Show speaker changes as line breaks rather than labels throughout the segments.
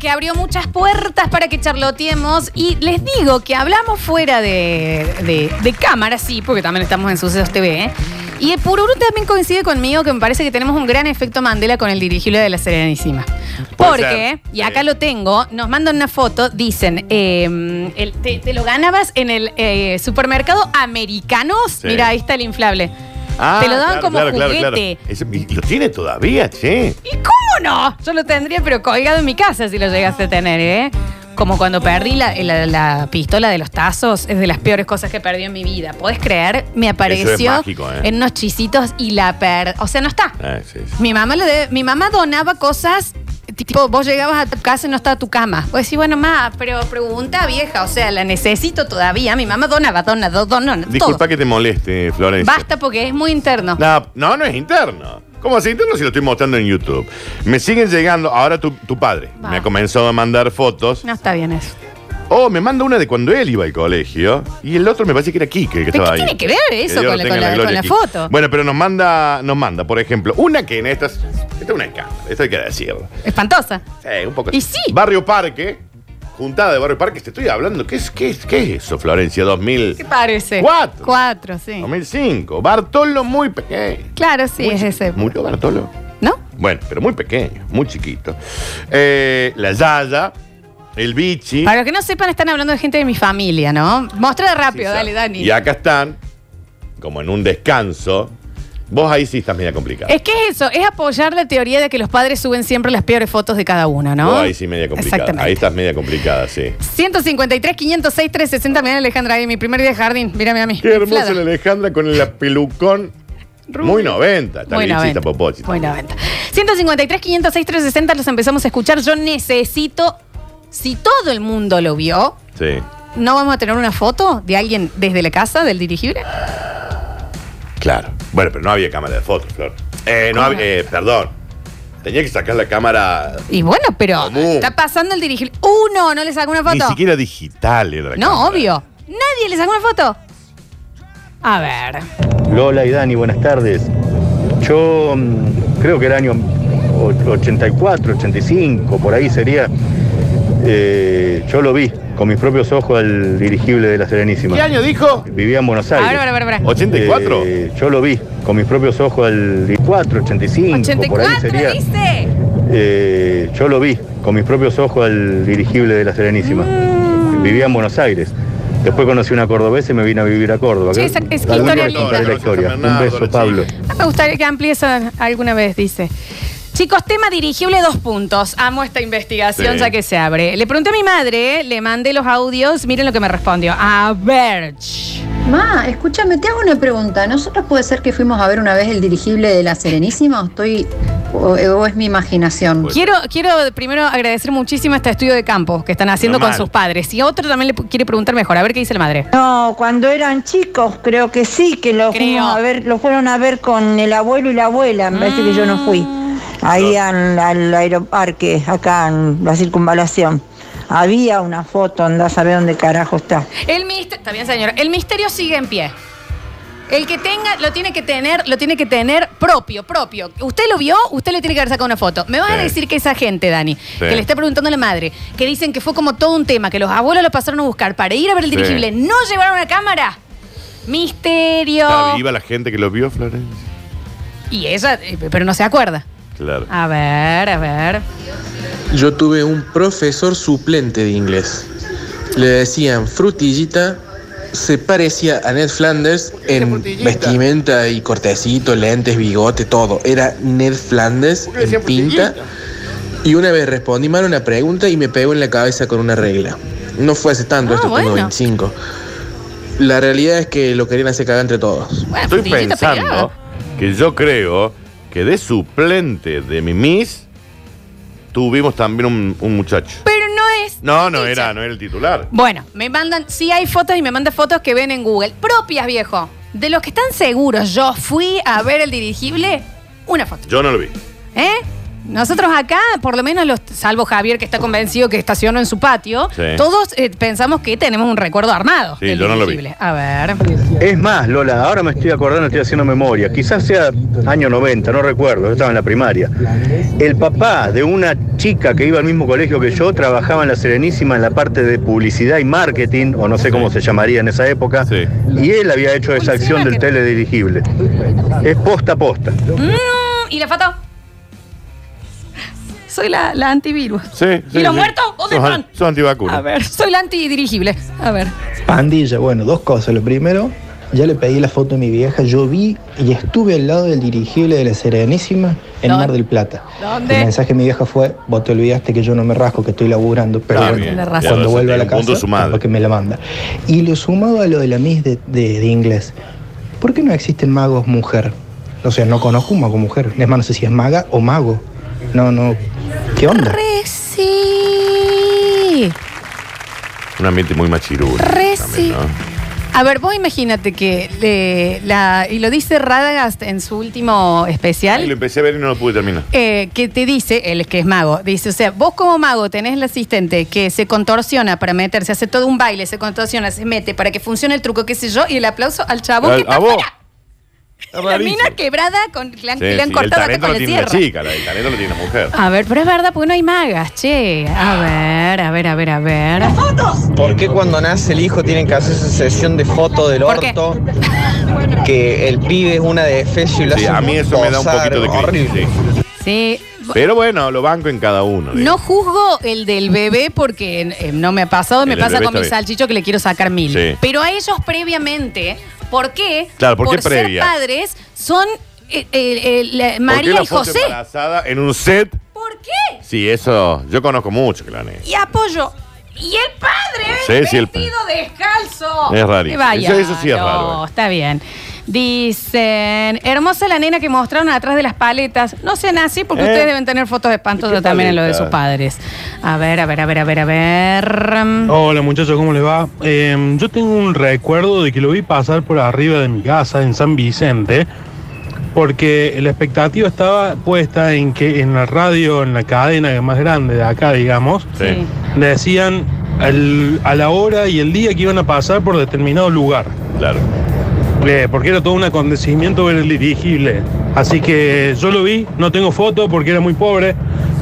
que abrió muchas puertas para que charloteemos. Y les digo que hablamos fuera de, de- de cámara, sí, porque también estamos en Sucesos TV. ¿eh? Y el Pururu también coincide conmigo que me parece que tenemos un gran efecto Mandela con el dirigible de la Serenísima.
Puede
Porque,
ser,
y acá
sí.
lo tengo, nos mandan una foto, dicen, eh, el- te, te lo ganabas en el eh, supermercado Americanos.
Sí.
Mira, ahí está el inflable.
Ah,
te lo daban
claro,
como
claro, claro,
juguete.
claro. Ese- y lo tiene todavía, che.
¿Y cómo no? Yo lo tendría, pero colgado en mi casa si lo llegaste a tener, ¿eh? Como cuando perdí la, la- la pistola de los tazos, es de las peores cosas que perdí en mi vida. ¿Podés creer? Me apareció
mágico, ¿eh?
en unos chisitos y la per... O sea, no está.
Ah, sí, sí.
Mi mamá, lo debe- mi mamá donaba cosas, tipo, vos llegabas a tu casa y no estaba tu cama. Vos decís, bueno, ma, pero pregunta vieja, o sea, la necesito todavía. Mi mamá donaba, dona, do- dona,
Disculpa
todo.
que te moleste, Florencia.
Basta porque es muy interno.
No, no, no es interno. ¿Cómo es interno si lo estoy mostrando en YouTube? Me siguen llegando, ahora tu, tu padre
Va.
me ha comenzado a mandar fotos.
No está bien eso.
Oh, me manda una de cuando él iba al colegio. Y el otro me parece que era Kike el que
¿Pero
estaba
qué
ahí.
tiene que ver eso
Dios
con la-
lo tenga
con
en
la-
gloria,
con la
Kike.
foto?
Bueno, pero nos manda, nos manda, por ejemplo, una que en estas. Esta es una escándalo, esto hay que decirlo.
Espantosa.
Sí, un poco.
Y sí.
Barrio Parque, juntada de Barrio Parque, te estoy hablando. ¿Qué es, qué es, qué es eso, Florencia? 2000.
¿Qué parece?
Cuatro.
Cuatro, sí.
2005. Bartolo muy pequeño.
Claro, sí,
Muy
es
chiqui-
ese.
Murió Bartolo.
¿No?
Bueno, pero muy pequeño, muy chiquito. Eh, la Yaya, el Bichi.
Para los que no sepan, están hablando de gente de mi familia, ¿no? Mostra rápido,
Sí,
dale,
sabe.
Dani.
Y acá están, como en un descanso. Vos ahí sí estás media complicada.
Es que es eso, es apoyar la teoría de que los padres suben siempre las peores fotos de cada uno, ¿no?
Vos ahí sí media complicada.
Exactamente.
Ahí estás media complicada, sí.
153, 506, 360, mira Alejandra ahí, mi primer día de jardín, mírame a mí.
Qué hermosa
inflada.
la Alejandra con el pelucón. Muy 90, está
Muy
bichita
90.
popóchita.
Muy 90. 153, 506, 360 los empezamos a escuchar. Yo necesito, si todo el mundo lo vio,
Sí.
¿No vamos a tener una foto de alguien desde la casa del dirigible?
Claro. Bueno, pero no había cámara de fotos, Flor. Eh, no
¿Cómo?
había, eh, perdón. Tenía que sacar la cámara.
Y bueno, pero
¿Cómo?
está pasando el dirigible. Uno, ¿no le sacó una
Ni
foto?
siquiera digital era la
No,
cámara.
obvio. Nadie le sacó una foto. A ver.
Lola y Dani, buenas tardes. Yo mm, creo que el año o- 84, 85, por ahí sería. eh, yo lo vi con mis propios ojos al dirigible de la Serenísima.
¿Qué año dijo?
Vivía en Buenos
A
Aires.
ver, a ver, a ver, a ver.
84.
Eh, yo lo vi con mis propios ojos al 84, 85, por ahí
84,
sería.
dice.
Eh, yo lo vi con mis propios ojos al dirigible de la Serenísima.
Mm.
Vivía en Buenos Aires. Después conocí una cordobesa y me vine a vivir a Córdoba.
Sí, esa- es
Algún
historia
día les contaré
linda.
la historia. Un
Bernardo,
beso, Pablo.
sí.
Ah, Me gustaría que amplíes alguna vez, dice. Chicos, tema dirigible dos puntos. Amo esta investigación
Sí.
ya que se abre. Le pregunté a mi madre, le mandé los audios, miren lo que me respondió. A ver. ch.
Ma, escúchame, te hago una pregunta. ¿Nosotros puede ser que fuimos a ver una vez el dirigible de la Serenísima? ¿O Estoy, o, o es mi imaginación?
Pues-
Quiero, quiero primero agradecer muchísimo este estudio de campo que están haciendo
Normal.
con sus padres. Y otro también le pu- quiere preguntar mejor. A ver qué dice la madre.
No, cuando eran chicos, creo que sí, que lo,
Creo.
fuimos a ver, lo fueron a ver con el abuelo y la abuela, me parece que yo no fui. Ahí al, al aeroparque, acá en la circunvalación. Había una foto, andá a saber dónde carajo está.
El misterio, está bien, señor. El misterio sigue en pie. El que tenga, lo tiene que tener, lo tiene que tener propio, propio. Usted lo vio, usted le tiene que haber sacado una foto. Me vas a
Sí.
decir que esa gente, Dani, que le está preguntando a la madre, que dicen que fue como todo un tema, que los abuelos lo pasaron a buscar para ir a ver el
Sí.
dirigible, no llevaron una cámara. Misterio.
¿Está viva Ah, la gente que lo vio, Florencia?
Y ella, eh, pero no se acuerda.
Claro.
A ver, a ver.
Yo tuve un profesor suplente de inglés. Le decían frutillita, se parecía a Ned Flanders en vestimenta y cortecito, lentes, bigote, todo. Era Ned Flanders
¿Por qué decían
en pinta. Y una vez respondí mal una pregunta y me pegó en la cabeza con una regla. No fue hace tanto,
Ah,
esto fue en
bueno.
95. La realidad es que lo querían hacer cagar entre todos.
Bueno,
Estoy
frutillita
pensando
pegada.
que yo creo que de suplente de mi Miss tuvimos también un, un muchacho.
Pero no es.
No, no
frutilla.
era, no era el titular.
Bueno, me mandan, sí hay fotos y me mandan fotos que ven en Google. Propias, viejo. De los que están seguros, yo fui a ver el dirigible, una foto.
Yo no lo vi.
¿Eh? Nosotros acá, por lo menos, los, salvo Javier que está convencido que estacionó en su patio,
Sí.
todos eh, pensamos que tenemos un recuerdo armado.
Sí,
del
yo no lo vi.
dirigible. A ver. Mm,
Es más, Lola, ahora me estoy acordando, estoy haciendo memoria. Quizás sea año 90, no recuerdo, yo estaba en la primaria. El papá de una chica que iba al mismo colegio que yo trabajaba en la Serenísima en la parte de publicidad y marketing, o no sé cómo se llamaría en esa época,
Sí.
y él había hecho
Publicidad
esa
y
acción del
marketing.
teledirigible. Es posta a posta.
Mm, ¿Y la foto? Soy la, la antivirus.
Sí,
¿Y
sí,
los
sí.
muertos? ¿Dónde
Sos an-
están?
sos antivacunas.
A ver, soy la antidirigible. A ver.
Pandilla, bueno, dos cosas. Lo primero, ya le pedí la foto a mi vieja. Yo vi y estuve al lado del dirigible de la Serenísima en
¿Dónde?
Mar del Plata.
¿Dónde?
El mensaje de mi vieja fue: Vos te olvidaste que yo no me rasco, que estoy laburando, pero
Está
bueno,
Ah, bien.
Tiene razón.
cuando
Ya,
vuelva a la
el punto
casa,
es su madre.
capaz que me la manda. Y lo sumado a lo de la Miss de, de- de inglés, ¿por qué no existen magos mujer? O sea, no conozco un mago mujer. Es más, no sé si es maga o mago. No, no. ¿Qué onda?
Re sí.
Un ambiente muy machirulo.
Re
también,
sí. A ver, vos imagínate que eh, la, y lo dice Radagast en su último
Y lo
especial.
empecé a ver y no lo pude terminar.
eh, que te dice, él que es mago, dice, o sea, vos como mago tenés el asistente que se contorsiona para meterse, hace todo un baile, se contorsiona, se mete para que funcione el truco, qué sé yo, y el aplauso al chavo
Al-
que está
a vos.
afuera.
Está
La
rarísimo.
mina quebrada con, le han,
Sí,
le han
sí,
cortado
el
acá
talento
con la
lo tiene la
sierra.
chica, la- el talento lo tiene la mujer.
A ver, pero es verdad, porque no hay magas, che. A ver, a ver, a ver, a ver.
¿Por qué cuando nace el hijo tienen que hacer esa sesión de foto del
¿Por qué?
orto? Que el pibe es una defecio y lo
Sí,
hacen
a mí eso me da un
posar,
poquito de
horrible.
cringe.
Sí.
sí. Pero bueno, lo banco en cada uno. digo.
No juzgo el del bebé porque eh, no me ha pasado, me
El del
pasa
bebé
con
está
mi
bien.
salchicho que le quiero sacar mil.
Sí.
Pero a ellos previamente, ¿por qué?
Claro, ¿por qué
ser
previa?
padres son eh, eh, eh, la-
¿Por qué
María
la
y
foto
José.
embarazada en un set?
¿Por qué?
Sí, eso. Yo conozco mucho que lo han hecho.
Y apoyo. Y el padre eh,
Sí, sí, el pa-
vestido descalzo.
Es raro.
Que vaya,
Eso- eso sí es
no,
raro, eh.
está bien. Dicen, hermosa la nena que mostraron atrás de las paletas. No sean así porque
¿Eh?
ustedes deben tener fotos de espanto
¿Qué
también en lo de
paleta?
sus padres. A ver, a ver, a ver, a ver, a ver.
Hola muchachos, ¿cómo les va? Eh, yo tengo un recuerdo de que lo vi pasar por arriba de mi casa en San Vicente, porque la expectativa estaba puesta en que en la radio, en la cadena más grande de acá, digamos,
Sí.
Sí.
decían al- a la hora y el día que iban a pasar por determinado lugar.
Claro.
Eh, porque era todo un acontecimiento ver el dirigible. Así que yo lo vi, no tengo foto porque era muy pobre.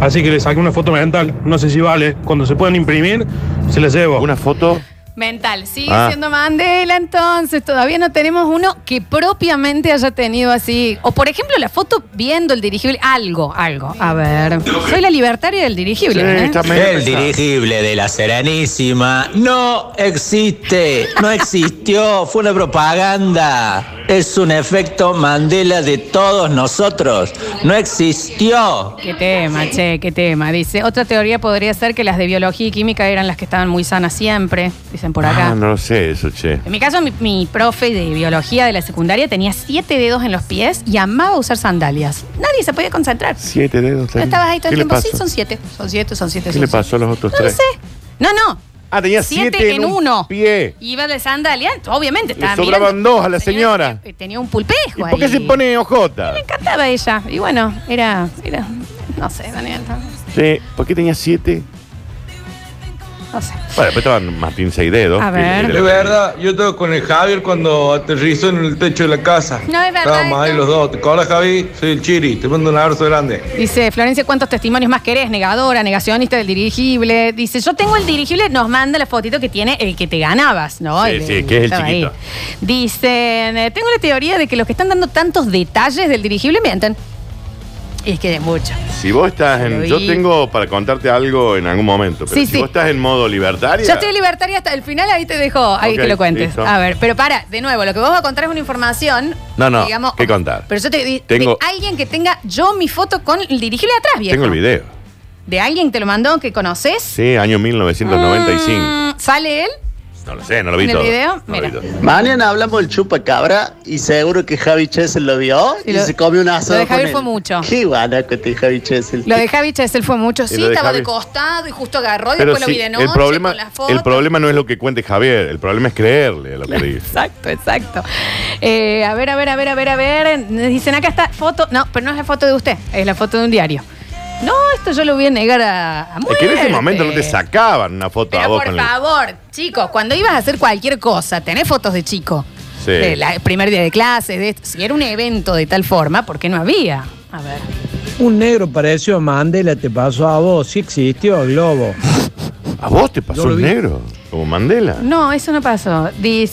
Así que le saqué una foto mental, no sé si vale. Cuando se puedan imprimir, se les llevo.
Una foto.
Mental, sigue
Ah.
siendo Mandela entonces, todavía no tenemos uno que propiamente haya tenido así, o por ejemplo la foto viendo el dirigible, algo, algo, a ver, soy la libertaria del dirigible.
Sí,
¿eh?
está medio
El
pesado.
dirigible de la Serenísima no existe, no existió, fue una propaganda. Es un efecto Mandela de todos nosotros. No existió.
Qué tema, che, qué tema. Dice, otra teoría podría ser que las de biología y química eran las que estaban muy sanas siempre, dicen por acá.
Ah, no lo sé eso, che.
En mi caso, mi, mi profe de biología de la secundaria tenía siete dedos en los pies y amaba usar sandalias. Nadie se podía concentrar.
Siete dedos.
Yo estaba ahí todo el
¿Qué le
tiempo. Sí,
pasó?
son siete. Son siete, son siete.
¿Qué
son
le
siete.
pasó a los otros
No lo
tres?
sé. No, no.
Ah, tenía siete,
Siete, en,
un
uno.
pie.
Iba de sandalia, obviamente.
Le
estaba
sobraban
mirando.
dos a la
Tenía-
señora.
eh, Tenía un pulpejo
¿Y por qué
ahí.
se pone ojota?
Me encantaba ella. Y bueno, era... era no sé, Daniel. no-
Sí. ¿Por qué tenía siete?
No sé.
Bueno, después estaban Martín seis dedos.
A
que
ver.
era-
Es verdad, yo estaba con el Javier cuando aterrizó en el techo de la casa.
No, es verdad
Estábamos ahí
eso.
los dos. ¿Te acuerdas, Javi? Soy el Chiri. Te mando un abrazo grande.
Dice, Florencia, ¿cuántos testimonios más querés? Negadora, negacionista del dirigible. Dice, yo tengo el dirigible, nos manda la fotito que tiene el que te ganabas, ¿no?
Sí,
El-
sí, que es el
estaba ahí.
chiquito.
Dicen, eh, tengo la teoría de que los que están dando tantos detalles del dirigible mienten. Y es que de mucho.
Si vos estás en.
Lo
Yo
vi.
tengo para contarte algo en algún momento, pero
Sí,
si
sí.
vos estás en modo libertario.
Yo estoy libertaria hasta el final, ahí te dejo, ahí
Ok,
que lo cuentes.
listo.
A ver, pero para, de nuevo, lo que vos vas a contar es una información.
No, no, ¿qué contar?
Pero yo te di-
Tengo-
de alguien que tenga yo mi foto con el dirigible atrás, viejo.
Tengo el video.
De alguien que te lo mandó, que conoces.
Sí, año 1995.
Mm, ¿Sale él?
No lo sé, no lo vi
¿En el
todo.
video?
No lo
Mira.
vi todo.
Mañana hablamos del chupacabra y seguro que Javi Chesel lo vio
Sí,
y
lo-
se comió un asado.
lo de Javi
con él.
fue mucho.
Qué guanaco este Javi Chesel.
Lo de Javi Chesel fue mucho. Sí,
lo de
estaba de
Javi-
costado y justo agarró y
Pero
después lo
sí,
vi de noche
el, problema,
con las fotos.
el problema no es lo que cuente Javier, el problema es creerle a lo que dice.
Exacto, exacto. Eh, a ver, a ver, a ver, a ver, a ver. Dicen acá está foto. No, pero no es la foto de usted, es la foto de un diario. No, esto yo lo voy a negar a, a
Es que en ese
muerte.
momento no te sacaban una foto a
Pero
vos
por
con el-
favor, chicos, cuando ibas a hacer cualquier cosa, tenés fotos de chico.
Sí.
De la- el primer día de clases, de esto. Si era un evento de tal forma, ¿por qué no había? A ver.
Un negro pareció a Mandela, te pasó a vos. Sí existió, Globo.
¿A vos te pasó
Yo lo
el
vi.
negro? Como Mandela.
No, eso no pasó.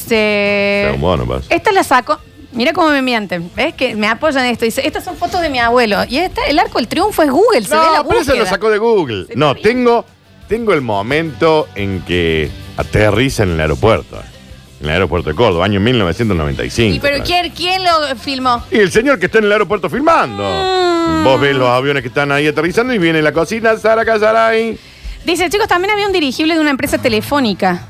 Dice.
Pero bueno, pasa.
Esta la saco. Mira cómo me mienten. ¿Ves que me apoyan en esto? Dice, estas son fotos de mi abuelo. Y esta, el arco del triunfo es Google. Se ve la
No, pero eso lo
búsqueda.
sacó de Google. No, tengo, tengo el momento en que aterriza en el aeropuerto. En el aeropuerto de Córdoba, año
¿Y
1995.
pero ¿quién, quién lo filmó?
Y el señor que está en el aeropuerto filmando.
Ah.
Vos ves los aviones que están ahí aterrizando y viene la cocina, Sara Casaray.
Dice, chicos, también había un dirigible de una empresa telefónica.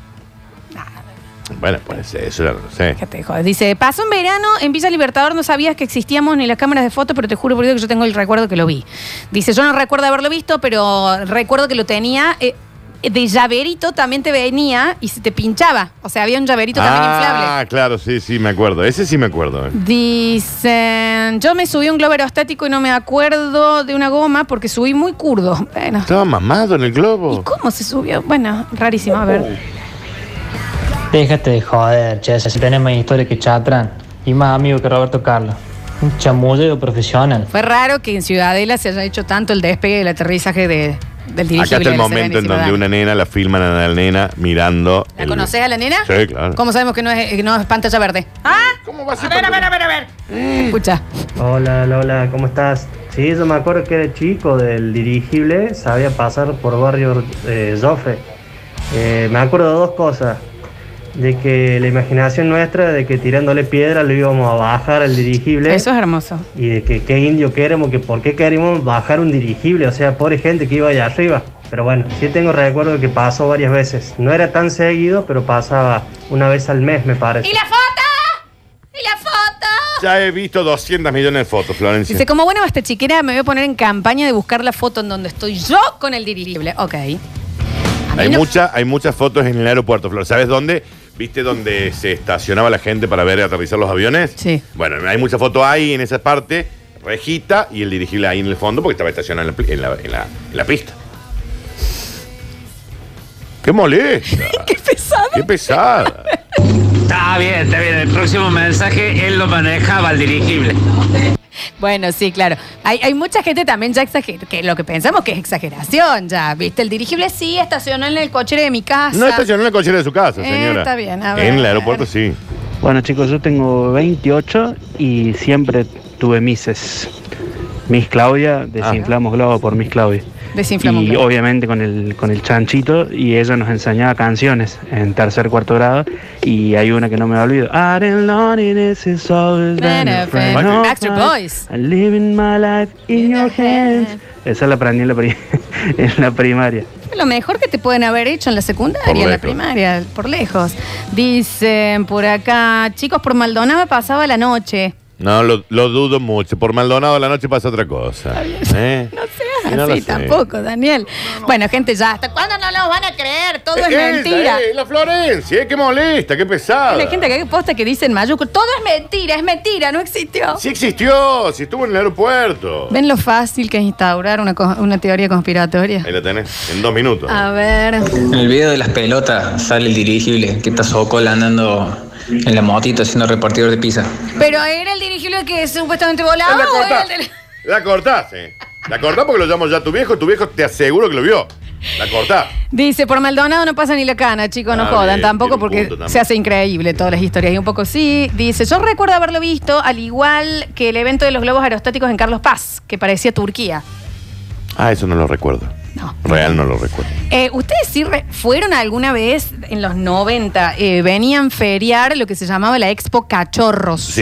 Bueno, pues eso ya no lo sé.
Te jodes. Dice, pasó un verano en Villa Libertador, no sabías que existíamos ni las cámaras de foto, pero te juro por Dios que yo tengo el recuerdo que lo vi. Dice, yo no recuerdo haberlo visto, pero recuerdo que lo tenía. eh, de llaverito también te venía y se te pinchaba. O sea, había un llaverito también inflable.
Ah, claro, sí, sí, me acuerdo. Ese sí me acuerdo. eh.
Dicen, yo me subí a un globo aerostático y no me acuerdo de una goma porque subí muy curdo. Bueno,
Estaba mamado en el globo.
¿cómo se subió? Bueno, rarísimo, a ver.
Déjate de joder, che, si tenés más historia que Chatran y más amigo que Roberto Carlos. Un chamullero profesional.
Fue raro que en Ciudadela se haya hecho tanto el despegue y el aterrizaje de, del dirigible.
Acá está el
de la
momento en
Serenísima
donde
Dama.
una nena la filman a la nena mirando.
¿La
el-
conoces a la nena?
Sí, claro.
¿Cómo sabemos que no es, que no es pantalla verde? ¿Ah? ¿Cómo va a ser? A ver, a ver, a ver, a ver.
Mm.
Escucha.
Hola Lola, ¿cómo estás? Sí, yo me acuerdo que era chico del dirigible, sabía pasar por barrio eh, Jofe. Eh, me acuerdo de dos cosas. De que la imaginación nuestra de que tirándole piedra lo íbamos a bajar al dirigible.
Eso es hermoso.
Y de que qué indio que éramos, que por qué queríamos bajar un dirigible, o sea, pobre gente que iba allá arriba. Pero bueno, sí tengo recuerdo de que pasó varias veces. No era tan seguido, pero pasaba una vez al mes, me parece.
¿Y la foto? ¿Y la foto?
Ya he visto 200 millones de fotos, Florencia.
Dice, como buena basta chiquera, me voy a poner en campaña de buscar la foto en donde estoy yo con el dirigible. Ok. A mí
Hay,
no-
mucha, hay muchas fotos en el aeropuerto, Flor. ¿Sabes dónde? ¿Viste dónde se estacionaba la gente para ver aterrizar los aviones? Sí. Bueno, hay muchas fotos ahí en esa parte, rejita, y el dirigible ahí en el fondo porque estaba estacionado en la, pli- en la- en la- en la pista. ¡Qué molesta!
¡Qué pesada!
¡Qué pesada!
Está bien, está bien. El próximo mensaje él lo manejaba al dirigible.
Bueno, sí, claro. Hay, hay mucha gente también ya exager- que lo que pensamos que es exageración, ya, ¿viste? El dirigible sí estacionó en el cochero de mi casa.
No estacionó en la cochera de su casa,
Eh,
señora.
está bien, a
En el
ver.
aeropuerto sí.
Bueno chicos, yo tengo 28 y siempre tuve mises. Miss Claudia, desinflamos globo por Miss Claudia.
Desinflamos
y
globo.
obviamente con el, con el chanchito y ella nos enseñaba canciones en tercer cuarto grado y hay una que no me olvido. I didn't loneliness is always been a friend of
Backstreet
mine.
Boys.
I'm living my life in your hands. Esa la aprendí en la, pri- en la primaria.
Lo mejor que te pueden haber hecho en la
Por
secundaria, en la
lejos.
primaria, por lejos. Dicen por acá, chicos, por Maldonado pasaba la noche.
No, lo, lo dudo mucho. Por Maldonado la noche pasa otra cosa. ¿eh?
No
Y
seas
no lo
así
sé.
tampoco, Daniel. Bueno, gente, ya, ¿hasta cuándo no lo van a creer? Todo es,
Esa,
mentira.
eh, la Florencia, eh, qué molesta, qué pesada.
Hay gente que hay posta que dice en mayúscula, todo es mentira, es mentira, no existió.
Sí existió, si estuvo en el aeropuerto.
¿Ven lo fácil que es instaurar una, cos- una teoría conspiratoria?
Ahí la tenés, en dos minutos.
A ver.
En el video de las pelotas sale el dirigible que está Sokol andando en la motita haciendo repartidor de pizza.
Pero era el dirigible que supuestamente volaba.
La
o era
cortás.
el del-
La cortás, eh. La cortás porque lo llamo ya a tu viejo, tu viejo te aseguro que lo vio. La cortás.
Dice, por Maldonado no pasa ni la cana, chicos, no
Ah,
jodan
bien,
tampoco
tiene un
porque
punto también.
se hace increíble todas las historias. Y un poco sí, dice, yo recuerdo haberlo visto al igual que el evento de los globos aerostáticos en Carlos Paz, que parecía Turquía.
Ah, eso no lo recuerdo.
No.
Real no lo recuerdo.
Eh, ¿Ustedes sí re- fueron alguna vez en los 90? eh, venían feriar lo que se llamaba la Expo Cachorros.
Sí,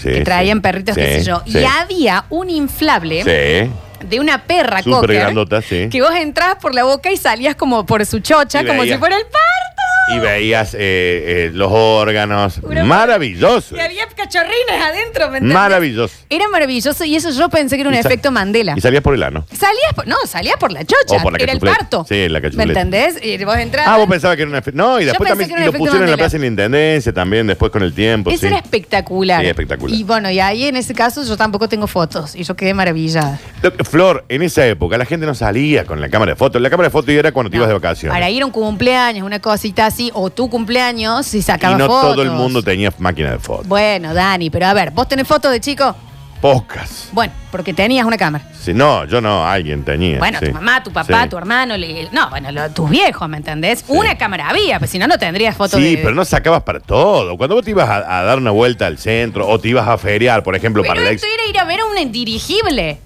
sí.
que traían
sí.
perritos,
Sí,
qué sé yo.
sí.
Y había un inflable
Sí.
de una perra
Súper
cocker
grandota, sí.
que vos entrabas por la boca y salías como por su chocha,
Y
como
veías.
si fuera el parto.
y veías eh, eh, los órganos. Maravilloso.
Y había cachorrines adentro, ¿me entendés?
Maravilloso.
Era maravilloso y eso yo pensé que era un
Y sa-
efecto Mandela.
Y salías por el ano.
Salías por, no, salías por la chocha.
O por la
era el
cachufleta.
parto.
Sí, la
¿Me
cachufleta.
entendés? Y vos entrabas.
Ah, vos pensabas que era un efecto. No, y
Yo pensé
después también
que era
y
un
lo
efecto
pusieron en la
Mandela.
plaza de la intendencia también, después con el tiempo.
Eso
sí.
era espectacular.
Sí, espectacular.
Y bueno, y ahí en ese caso yo tampoco tengo fotos y yo quedé maravillada.
Lo que- Flor, en esa época la gente no salía con la cámara de fotos. La cámara de fotos era cuando te ibas de vacaciones.
Para ir a un cumpleaños, una cosita así, o tu cumpleaños, si sacaba
y no
fotos.
todo el mundo tenía máquina de fotos.
Bueno, Dani, pero a ver, ¿vos tenés fotos de chico?
Pocas.
Bueno, porque tenías una cámara.
Si no, yo no, alguien tenía.
Bueno,
sí.
tu mamá, tu papá,
Sí.
tu hermano, le- no, bueno, lo- tus viejos, ¿me entendés? Una cámara había, pues si no, no tendrías fotos
Sí,
de...
pero no sacabas para todo. Cuando vos te ibas a, a dar una vuelta al centro o te ibas a feriar, por ejemplo,
Pero
para el ex.
esto era ir a ver a un indirigible.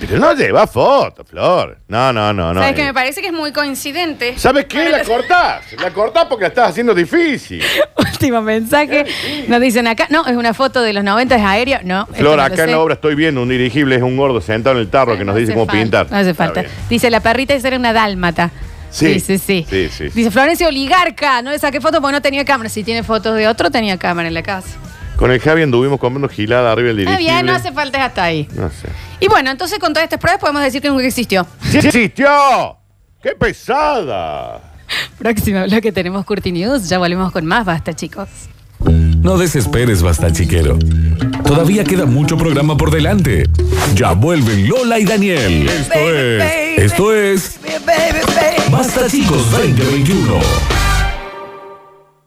Pero no llevas fotos, Flor. No, no, no, no.
¿Sabes que
Eh,
Me parece que es muy coincidente.
¿Sabes qué? La cortás. La cortás porque la estás haciendo difícil.
Último mensaje. Nos dicen acá, no, es una foto de los 90, es aérea. No. esto
Flor,
no Este lo
acá en
sé.
la obra estoy viendo un dirigible, es un gordo sentado en el tarro que nos dice
hace
cómo
falta,
pintar.
No hace
Está
falta.
bien.
Dice, la perrita esa era una dálmata. Sí,
Sí.
sí, sí.
Sí, sí.
Dice, Florencia Oligarca, no le saqué fotos porque no tenía cámara. Si tiene fotos de otro, tenía cámara en la casa.
Con el Javi anduvimos comprando gilada arriba del
Está
dirigible.
bien, no hace falta es hasta ahí.
No sé.
Y bueno, entonces con todas estas pruebas podemos decir que nunca existió.
¡Sí existió! ¡Qué pesada!
Próximo bloque tenemos Curti News. Ya volvemos con más. Basta, chicos.
No desesperes, basta chiquero. Todavía queda mucho programa por delante. Ya vuelven Lola y Daniel. Esto es. Esto es. Basta chicos 2021.